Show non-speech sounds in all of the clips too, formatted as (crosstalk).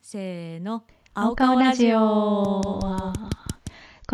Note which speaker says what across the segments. Speaker 1: せーの
Speaker 2: 青顔ラジオこ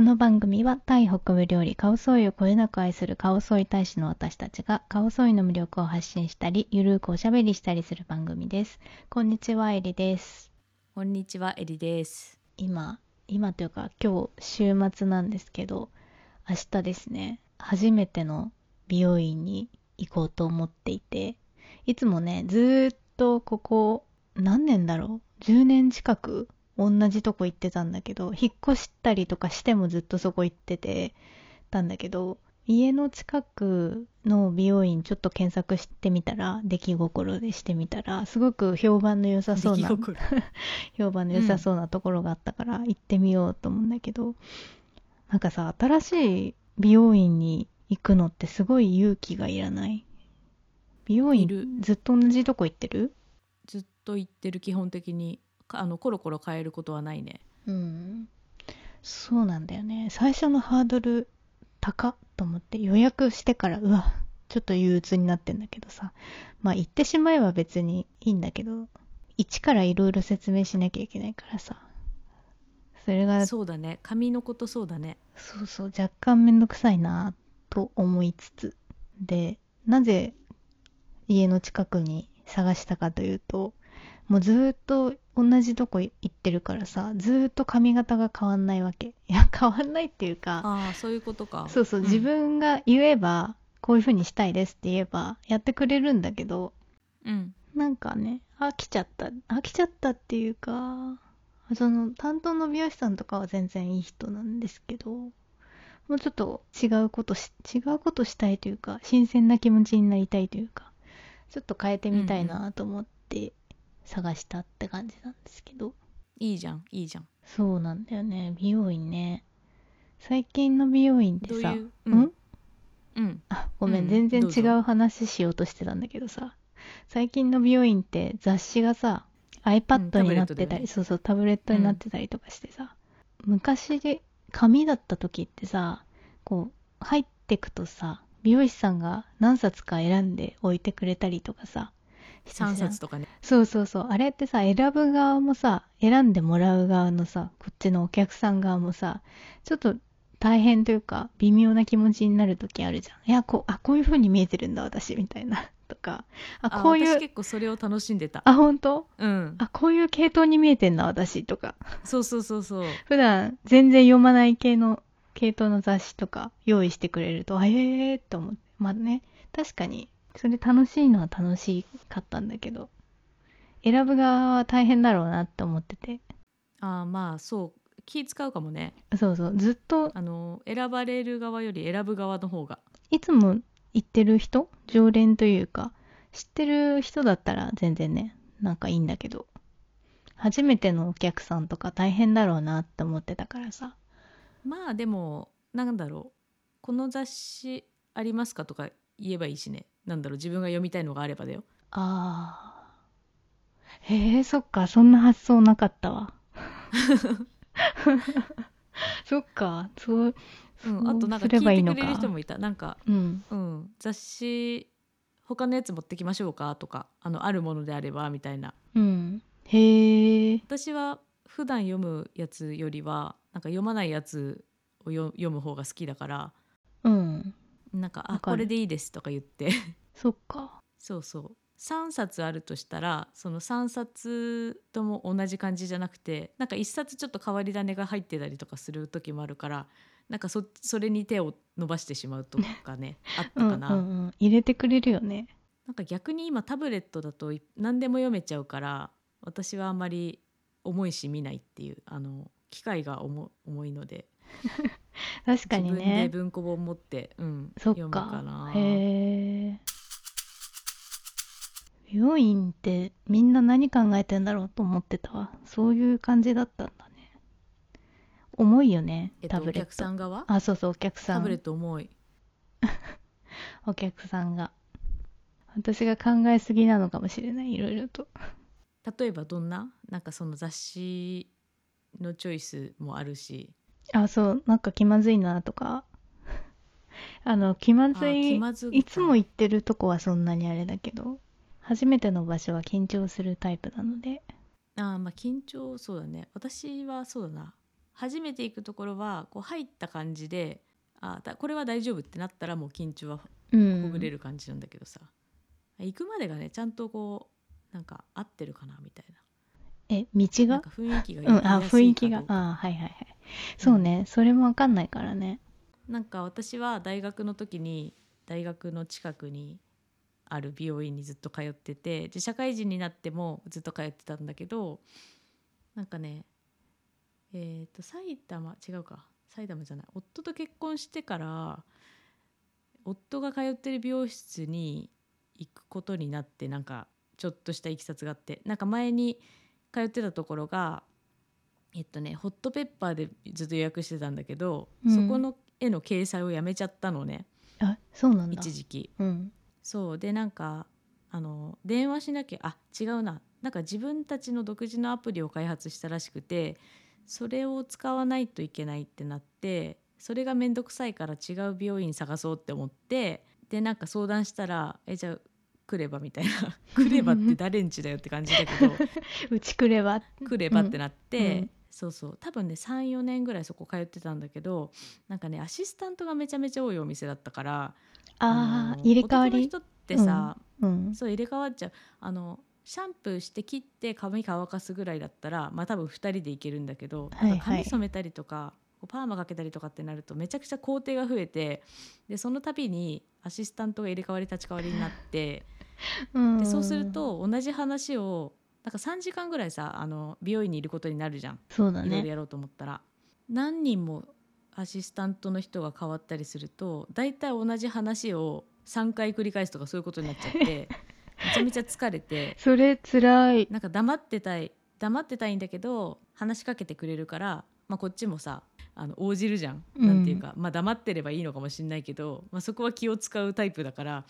Speaker 2: の番組はタイ北部料理カオソイをこよなく愛するカオソイ大使の私たちがカオソイの魅力を発信したりゆるーくおしゃべりしたりする番組ですこんにちはえりです
Speaker 1: こんにちはエリです
Speaker 2: 今今というか今日週末なんですけど明日ですね初めての美容院に行こうと思っていていつもねずーっとここ何年だろう10年近く同じとこ行ってたんだけど引っ越したりとかしてもずっとそこ行っててたんだけど家の近くの美容院ちょっと検索してみたら出来心でしてみたらすごく評判の良さそうな
Speaker 1: 出来心
Speaker 2: 評判の良さそうなところがあったから行ってみようと思うんだけど、なんかさ新しい美容院に行くのってすごい勇気がいらない美容
Speaker 1: いる
Speaker 2: 院ずっと同じとこ行ってる
Speaker 1: ずっと言ってる基本的にかあのコロコロ変えることはないね
Speaker 2: うんそうなんだよね最初のハードル高っと思って予約してからうわちょっと憂鬱になってんだけどさまあ行ってしまえば別にいいんだけど一からいろいろ説明しなきゃいけないからさそれが
Speaker 1: そうだね髪のことそうだね
Speaker 2: そうそう若干めんどくさいなと思いつつでなぜ家の近くに探したかというともうずーっと同じとこ行ってるからさずーっと髪型が変わんないわけいや変わんないっていうか
Speaker 1: ああそういうことか
Speaker 2: そうそう、
Speaker 1: ん
Speaker 2: 自分が言えばこういう風にしたいですって言えばやってくれるんだけど
Speaker 1: うん
Speaker 2: なんかね、飽きちゃった。飽きちゃったっていうか、その担当の美容師さんとかは全然いい人なんですけど、もうちょっと違うことし、違うことしたいというか、新鮮な気持ちになりたいというか、ちょっと変えてみたいなと思って探したって感じなんですけど、
Speaker 1: いいじゃんいいじゃん
Speaker 2: そうなんだよね、美容院ね。最近の美容院って
Speaker 1: どう
Speaker 2: さ、
Speaker 1: いううんうん
Speaker 2: あごめん、
Speaker 1: うん
Speaker 2: 全
Speaker 1: どうぞ
Speaker 2: 然違う話しようとしてたんだけどさ最近の美容院って雑誌がさ iPad になって
Speaker 1: タブレットで
Speaker 2: たり、
Speaker 1: ね
Speaker 2: そうそうタブレットになってたりとかしてさ、昔で紙だった時ってさこう入ってくとさ美容師さんが何冊か選んで置いてくれたりとかさ
Speaker 1: 3冊とかね
Speaker 2: そうそうそうあれってさ選ぶ側もさ選んでもらう側のさこっちのお客さん側もさちょっと大変というか微妙な気持ちになる時あるじゃんいやこうあこういう風に見えてるんだ私みたいなとかあこうい
Speaker 1: 私
Speaker 2: う
Speaker 1: 結構それを楽しんでた
Speaker 2: あ本当
Speaker 1: うん
Speaker 2: あこういう系統に見えてんな私とか
Speaker 1: そうそうそうそう
Speaker 2: 普段全然読まない系の系統の雑誌とか用意してくれるとあええー、と思ってまあね確かにそれ楽しいのは楽しかったんだけど選ぶ側は大変だろうなって思ってて
Speaker 1: ああまあそう気使うかもね
Speaker 2: そうそうずっと
Speaker 1: あの選ばれる側より選ぶ側の方が
Speaker 2: いつも行ってる人常連というか知ってる人だったら全然ねなんかいいんだけど初めてのお客さんとか大変だろうなって思ってたからさ
Speaker 1: まあでもなんだろうこの雑誌ありますかとか言えばいいしねなんだろう自分が読みたいのがあればだよ
Speaker 2: ああ。へえ、そっか、そんな発想なかったわ。そっか、そう、
Speaker 1: うん、
Speaker 2: そう
Speaker 1: あとなんか
Speaker 2: すれば
Speaker 1: 聞
Speaker 2: い
Speaker 1: いて
Speaker 2: いの
Speaker 1: く
Speaker 2: か
Speaker 1: れる人もいたなんか、
Speaker 2: うん。
Speaker 1: うん、雑誌他のやつ持ってきましょうかとかあのあるものであればみたいな
Speaker 2: うん。へえ、
Speaker 1: 私は普段読むやつよりはなんか読まないやつをよ読む方が好きだから
Speaker 2: うん。
Speaker 1: なんか「あ
Speaker 2: わかる
Speaker 1: これでいいです」とか言って
Speaker 2: そっか。
Speaker 1: そうそう3冊あるとしたらその3冊とも同じ感じじゃなくてなんか1冊ちょっと変わり種が入ってたりとかする時もあるからなんかそそれに手を伸ばしてしまうとか
Speaker 2: (laughs)
Speaker 1: ねあった
Speaker 2: うんう
Speaker 1: か
Speaker 2: ん
Speaker 1: な。
Speaker 2: うん。入れてくれるよね。
Speaker 1: なんか逆に今タブレットだとい何でも読めちゃうから私はあんまり重いし見ないっていうあの機械が重重いので
Speaker 2: 確かに
Speaker 1: 自分で
Speaker 2: ね。
Speaker 1: 文庫本持って、うん、
Speaker 2: そっ
Speaker 1: 読む
Speaker 2: か。
Speaker 1: かな。
Speaker 2: へえ。美容院ってみんな何考えてんだろうと思ってたわ。そういう感じだったんだね。重いよね、
Speaker 1: えっと、
Speaker 2: タ
Speaker 1: お
Speaker 2: ブレッ
Speaker 1: 客
Speaker 2: ト。
Speaker 1: さん側
Speaker 2: あ、そうそう、お客さ
Speaker 1: タ
Speaker 2: ん。
Speaker 1: ブレット重い
Speaker 2: お客さんが。私が考えすぎなのかもしれない、いろいろと。
Speaker 1: 例えばどんななんかその雑誌のチョイスもあるし
Speaker 2: あ、そう、なんか気まずいなとか。 (laughs) あの、気まず
Speaker 1: あ
Speaker 2: い
Speaker 1: 気まずい
Speaker 2: いつも行ってるとこはそんなにあれだけど、初めての場所は緊張するタイプなので、
Speaker 1: あーまあ緊張そうだね私はそうだな初めて行くところはこう入った感じであだこれは大丈夫ってなったらもう緊張は
Speaker 2: うん
Speaker 1: ほぐれる感じなんだけどさ、行くまでがねちゃんとこうなんか合ってるかなみたいな
Speaker 2: え道
Speaker 1: なん
Speaker 2: が
Speaker 1: か雰囲気が
Speaker 2: うんあ
Speaker 1: や
Speaker 2: 雰
Speaker 1: すい
Speaker 2: 囲
Speaker 1: か
Speaker 2: 気
Speaker 1: ど
Speaker 2: が
Speaker 1: うか
Speaker 2: あはいはいはいそうね、それもわかんないからね
Speaker 1: なんか私は大学の時に大学の近くにある美容院にずっと通っててで社会人になってもずっと通ってたんだけどなんかねえっ、と埼玉違うか埼玉じゃない夫と結婚してから夫が通ってる美容室に行くことになってなんかちょっとしたいきさつがあってなんか前に通ってたところがえっとねホットペッパーでずっと予約してたんだけど、
Speaker 2: うん
Speaker 1: そこの絵の掲載をやめちゃったのね
Speaker 2: あそうなんだ
Speaker 1: 一時期。
Speaker 2: うん
Speaker 1: そうでなんかあの電話しなきゃあ違うななんか自分たちの独自のアプリを開発したらしくてそれを使わないといけないってなってそれが面倒くさいから違う美容院探そうって思ってでなんか相談したら「えじゃあクレバ」みた
Speaker 2: (laughs)
Speaker 1: いな「クレバって誰んちだよ」って感じだけど
Speaker 2: うちくれば
Speaker 1: クレバってなって、
Speaker 2: うん
Speaker 1: そうそう多分ね34年ぐらいそこ通ってたんだけどなんかねアシスタントがめちゃめちゃ多いお店だったから
Speaker 2: ああ
Speaker 1: の
Speaker 2: 入れ替わ
Speaker 1: 男の
Speaker 2: り
Speaker 1: 人ってさ、
Speaker 2: うん
Speaker 1: そう入れ替わっちゃうあのシャンプーして切って髪乾かすぐらいだったらまあ多分2人でいけるんだけど、
Speaker 2: はいはい
Speaker 1: なんか髪染めたりとかこうパーマかけたりとかってなるとめちゃくちゃ工程が増えてでその度にアシスタントが入れ替わり立ち替わりになって
Speaker 2: うん
Speaker 1: でそうすると同じ話をなんか3時間ぐらいさあの美容院にいることになるじゃん。
Speaker 2: そうだ
Speaker 1: いろいろ
Speaker 2: ね
Speaker 1: やろうと思ったら、何人もアシスタントの人が変わったりすると大体同じ話を3回繰り返すとかそういうことになっ
Speaker 2: (laughs)
Speaker 1: ちゃってめちゃめちゃ疲れて
Speaker 2: それつらい
Speaker 1: なんか黙ってたい黙ってたいんだけど話しかけてくれるから、まあ、こっちもさあの応じるじゃん、
Speaker 2: うん
Speaker 1: なんていうか、まあ、黙ってればいいのかもしれないけど、まあ、そこは気を使うタイプだから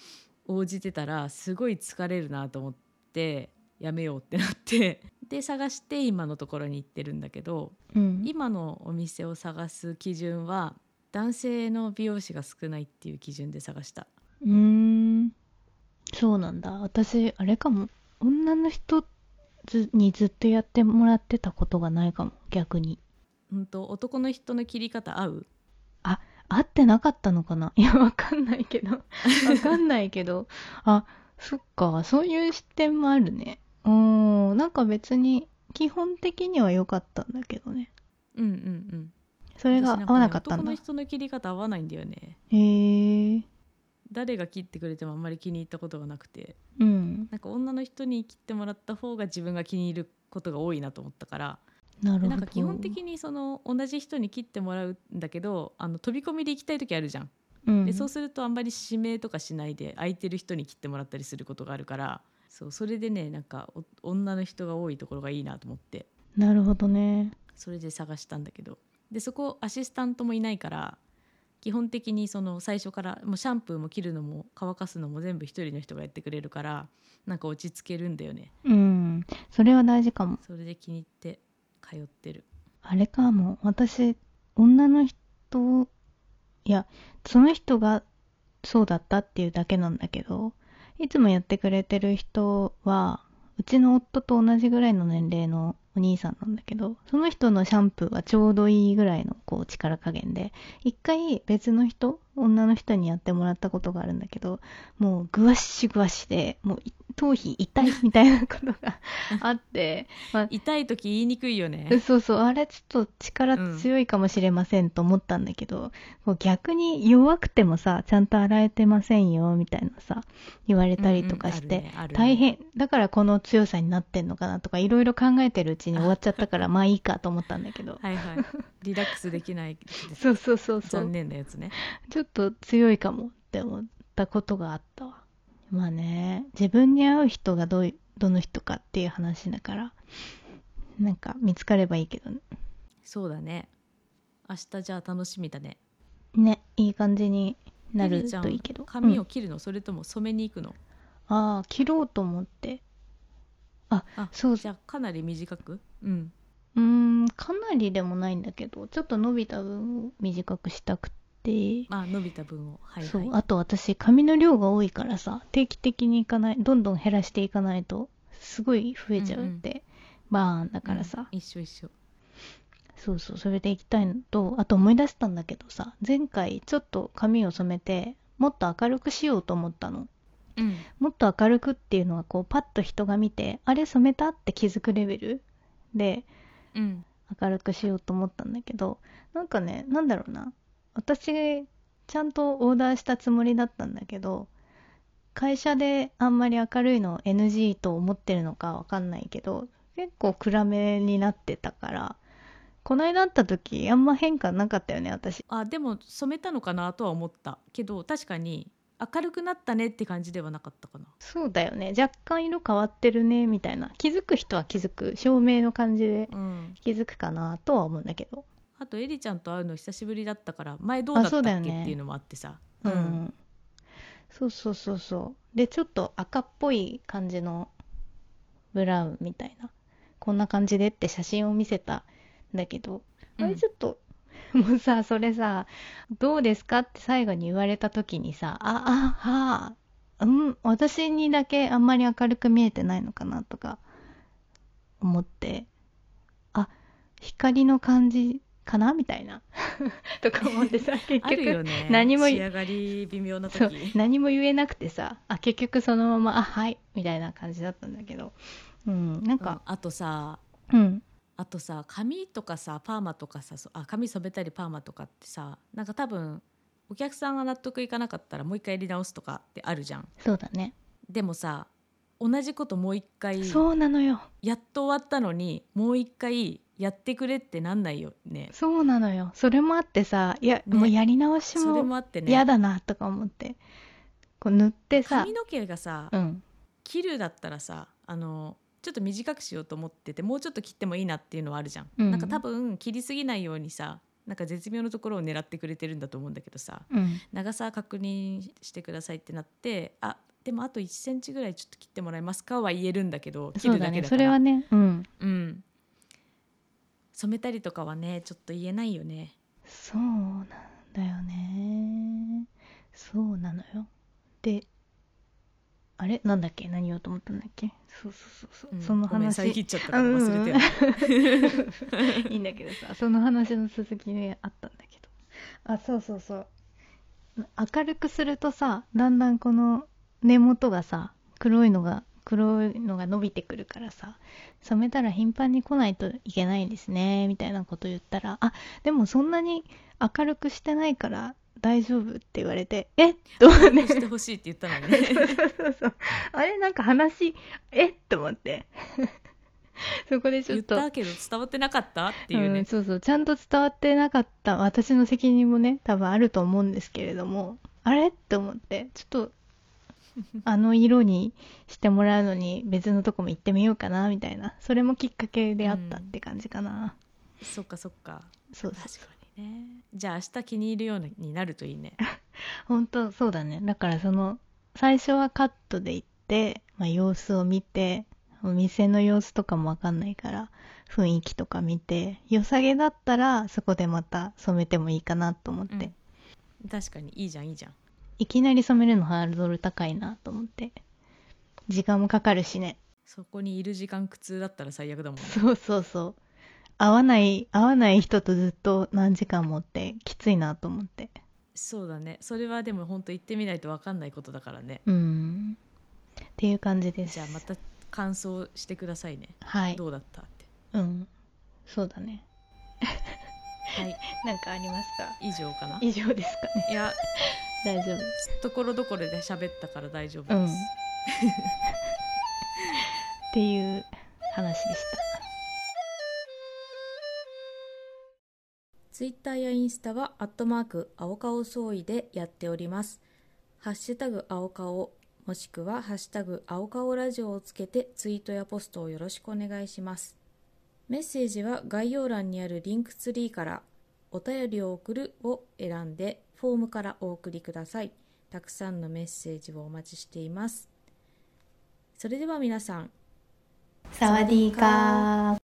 Speaker 1: 応じてたらすごい疲れるなと思ってやめようってなってで探して今のところに行ってるんだけど。
Speaker 2: うん
Speaker 1: 今のお店を探す基準は男性の美容師が少ないっていう基準で探した
Speaker 2: うーんそうなんだ私あれかも女の人ずにずっとやってもらってたことがないかも逆に
Speaker 1: 本当男の人の切り方合う
Speaker 2: 会ってなかったのかない (laughs) やわかんない
Speaker 1: (laughs)
Speaker 2: けどわかんないけどあそっかそういう視点もあるねうーんなんか別に基本的には良かったんだけどね
Speaker 1: うんうんうん
Speaker 2: それ
Speaker 1: 私
Speaker 2: が
Speaker 1: ん
Speaker 2: 合
Speaker 1: ね
Speaker 2: わなかったん
Speaker 1: 男
Speaker 2: だ
Speaker 1: の人の切り方合わないんだよね
Speaker 2: へえ
Speaker 1: 誰が切ってくれてもあんまり気に入ったことがなくて
Speaker 2: うん
Speaker 1: なんか女の人に切ってもらった方が自分が気に入ることが多いなと思ったから
Speaker 2: なるほ
Speaker 1: で
Speaker 2: ど
Speaker 1: なんか基本的にその同じ人に切ってもらうんだけどあの飛び込みで行きたい時あるじゃん
Speaker 2: うん
Speaker 1: でそうするとあんまり指名とかしないで空いてる人に切ってもらったりすることがあるからそうそれでねなんかお女の人が多いところがいいなと思って
Speaker 2: なるほどね
Speaker 1: それで探したんだけどでそこアシスタントもいないから基本的にその最初からもうシャンプーも切るのも乾かすのも全部一人の人がやってくれるからなんか落ち着けるんだよね
Speaker 2: うんそれは大事かも
Speaker 1: それで気に入って通ってる
Speaker 2: あれかも、私、女の人、いや、その人がそうだったっていうだけなんだけど、いつもやってくれてる人は、うちの夫と同じぐらいの年齢のお兄さんなんだけど、その人のシャンプーはちょうどいいぐらいのこう力加減で、一回別の人、女の人にやってもらったことがあるんだけど、もうぐわっしぐわっしで、もうい頭皮痛いみたいなことがあって、まあ
Speaker 1: 痛い時言いにくいよね
Speaker 2: そうそう、あれちょっと力強いかもしれませんと思ったんだけど、こう逆に弱くてもさ、ちゃんと洗えてませんよ、みたいなさ、言われたりとかして、
Speaker 1: うんうんあるねあるね
Speaker 2: 大変。だからこの強さになってんのかなとか、いろいろ考えてるうちに終わっちゃったから、まあいいかと思ったんだけ
Speaker 1: (laughs)
Speaker 2: ど。
Speaker 1: はいはいリラックスできない
Speaker 2: (laughs) そうそうそうそ
Speaker 1: 残
Speaker 2: う。
Speaker 1: 念なやつね
Speaker 2: ちょっと強いかもって思ったことがあったわ。まあね、自分に合う人がどういどの人かっていう話だから、なんか見つかればいいけどね。
Speaker 1: そうだね明日じゃあ楽しみだね
Speaker 2: ねいい感じにな
Speaker 1: ゆ
Speaker 2: る
Speaker 1: りちゃん
Speaker 2: といいけど
Speaker 1: 髪を
Speaker 2: うん
Speaker 1: 切るの、それとも染めに行くの
Speaker 2: ああ切ろうと思って
Speaker 1: あ
Speaker 2: そう
Speaker 1: じゃあかなり短くうん
Speaker 2: うーんかなりでもないんだけどちょっと伸びた分を短くしたくて、
Speaker 1: まあ伸びた分をはい
Speaker 2: そ
Speaker 1: は
Speaker 2: う
Speaker 1: い
Speaker 2: あと私髪の量が多いからさ定期的にいかないどんどん減らしていかないとすごい増えちゃうって、バーンだからさ、
Speaker 1: 一緒一緒
Speaker 2: そうそうそれで行きたいのとあと思い出したんだけどさ前回ちょっと髪を染めてもっと明るくしようと思ったの
Speaker 1: うん
Speaker 2: もっと明るくっていうのはこうパッと人が見てあれ染めたって気づくレベルで
Speaker 1: うん
Speaker 2: 明るくしようと思ったんだけどなんかねなんだろうな私ちゃんとオーダーしたつもりだったんだけど会社であんまり明るいのを NG と思ってるのかわかんないけど結構暗めになってたからこないだ会った時あんま変化なかったよね私
Speaker 1: あでも染めたのかなとは思ったけど確かに明るくなったねって感じではなかったかな
Speaker 2: そうだよね若干色変わってるねみたいな気づく人は気づく照明の感じで
Speaker 1: うん
Speaker 2: 気づくかなとは思うんだけど
Speaker 1: あとエリちゃんと会うの久しぶりだったから前どうだった
Speaker 2: あそう
Speaker 1: っ
Speaker 2: だ
Speaker 1: け、
Speaker 2: よね
Speaker 1: っていうのもあってさ
Speaker 2: う、ん、そうそうそうそうでちょっと赤っぽい感じのブラウンみたいなこんな感じでって写真を見せたんだけど、
Speaker 1: うん
Speaker 2: あれちょっと (laughs) もうさそれさ「どうですか?」って最後に言われた時にさ「ああはあうん私にだけあんまり明るく見えてないのかな」とか思って「あ光の感じかな?」みたいな (laughs) とか思っ
Speaker 1: (laughs)
Speaker 2: てさ結
Speaker 1: ある
Speaker 2: 局
Speaker 1: よね
Speaker 2: 何も
Speaker 1: 仕上がり微妙な
Speaker 2: そう
Speaker 1: 時
Speaker 2: 何も言えなくてさあ結局そのまま「あはい」みたいな感じだったんだけどうんなん
Speaker 1: うん
Speaker 2: か、
Speaker 1: あとさ
Speaker 2: うん、
Speaker 1: あとさ髪とかさパーマとかさそあ髪染めたりパーマとかってさなんか多分お客さんが納得いかなかったらもう一回やり直すとかってあるじゃん
Speaker 2: そうだね
Speaker 1: でもさ同じこともう一回
Speaker 2: そうなのよ
Speaker 1: やっと終わったのにもう一回やってくれってなんないよね
Speaker 2: そうなのよそれもあってさいや、
Speaker 1: ね
Speaker 2: もうやり直し
Speaker 1: それ
Speaker 2: も
Speaker 1: もあってね
Speaker 2: 嫌だなとか思ってこう塗ってさ
Speaker 1: 髪の毛がさ、
Speaker 2: うん
Speaker 1: 切るだったらさあのちょっと短くしようと思っててもうちょっと切ってもいいなっていうのはあるじゃん、
Speaker 2: うん
Speaker 1: なんか多分切りすぎないようにさなんか絶妙のところを狙ってくれてるんだと思うんだけどさ
Speaker 2: うん
Speaker 1: 長さ確認してくださいってなってあでもあと1センチぐらいちょっと切ってもらえますかは言えるんだけど切
Speaker 2: そう
Speaker 1: る
Speaker 2: だ
Speaker 1: だけ
Speaker 2: ね
Speaker 1: だ
Speaker 2: そ
Speaker 1: から
Speaker 2: れはねうん
Speaker 1: うん、染めたりとかはねちょっと言えないよね
Speaker 2: そうなんだよねそうなのよであれなんだっけ何言おうと思ったんだっけそうそうそうそう、
Speaker 1: うん
Speaker 2: その
Speaker 1: ごめん
Speaker 2: 話
Speaker 1: 遮っちゃったから忘れてよ (laughs)
Speaker 2: (laughs) いいんだけどさその話の続きであったんだけどあそうそうそう明るくするとさだんだんこの根元がさ黒いのが黒いのが伸びてくるからさ染めたら頻繁に来ないといけないですねみたいなこと言ったらあでもそんなに明るくしてないから大丈夫って言われてえっと思っ
Speaker 1: 明るく
Speaker 2: て
Speaker 1: してほしいって言ったのにね
Speaker 2: (laughs) そうそうあれなんか話えっと思ってそこでちょ
Speaker 1: 言
Speaker 2: っ
Speaker 1: っ
Speaker 2: と
Speaker 1: たけど伝わってなかったっていうね、
Speaker 2: ん、そうそうちゃんと伝わってなかった私の責任もね多分あると思うんですけれどもあれって思ってちょっと
Speaker 1: (laughs)
Speaker 2: あの色にしてもらうのに別のとこも行ってみようかなみたいなそれもきっかけであったって感じかな、
Speaker 1: そっかそっか
Speaker 2: そうそう
Speaker 1: 確かにねじゃあ明日気に入るようになるといいね
Speaker 2: 本当そうだねだからその最初はカットで行って、まあ、様子を見てお店の様子とかもわかんないから雰囲気とか見て良さげだったらそこでまた染めてもいいかなと思って、
Speaker 1: うん確かにいいじゃんいいじゃん
Speaker 2: いきなり染めるのハードル高いなと思って時間もかかるしね
Speaker 1: そこにいる時間苦痛だったら最悪だもんね
Speaker 2: そうそうそう合わない合わない人とずっと何時間もってきついなと思って
Speaker 1: そうだねそれはでも本当行ってみないと分かんないことだからね
Speaker 2: うんっていう感じです
Speaker 1: じゃあまた感想してくださいね
Speaker 2: はい
Speaker 1: どうだったって
Speaker 2: うんそうだね (laughs)
Speaker 1: はい
Speaker 2: なんかありますか
Speaker 1: 以上かな
Speaker 2: 以上ですかね
Speaker 1: いや
Speaker 2: 大丈夫
Speaker 1: ところどころで喋ったから大丈夫です、
Speaker 2: うんっていう話でした
Speaker 1: ツイッターやインスタは、アットマーク、青顔総意でやっております。ハッシュタグ、青顔、もしくは、ハッシュタグ、青顔ラジオをつけて、ツイートやポストをよろしくお願いします。メッセージは、概要欄にあるリンクツリーから、お便りを送るを選んで、フォームからお送りください。たくさんのメッセージをお待ちしています。それでは皆さん、
Speaker 2: サワディーカー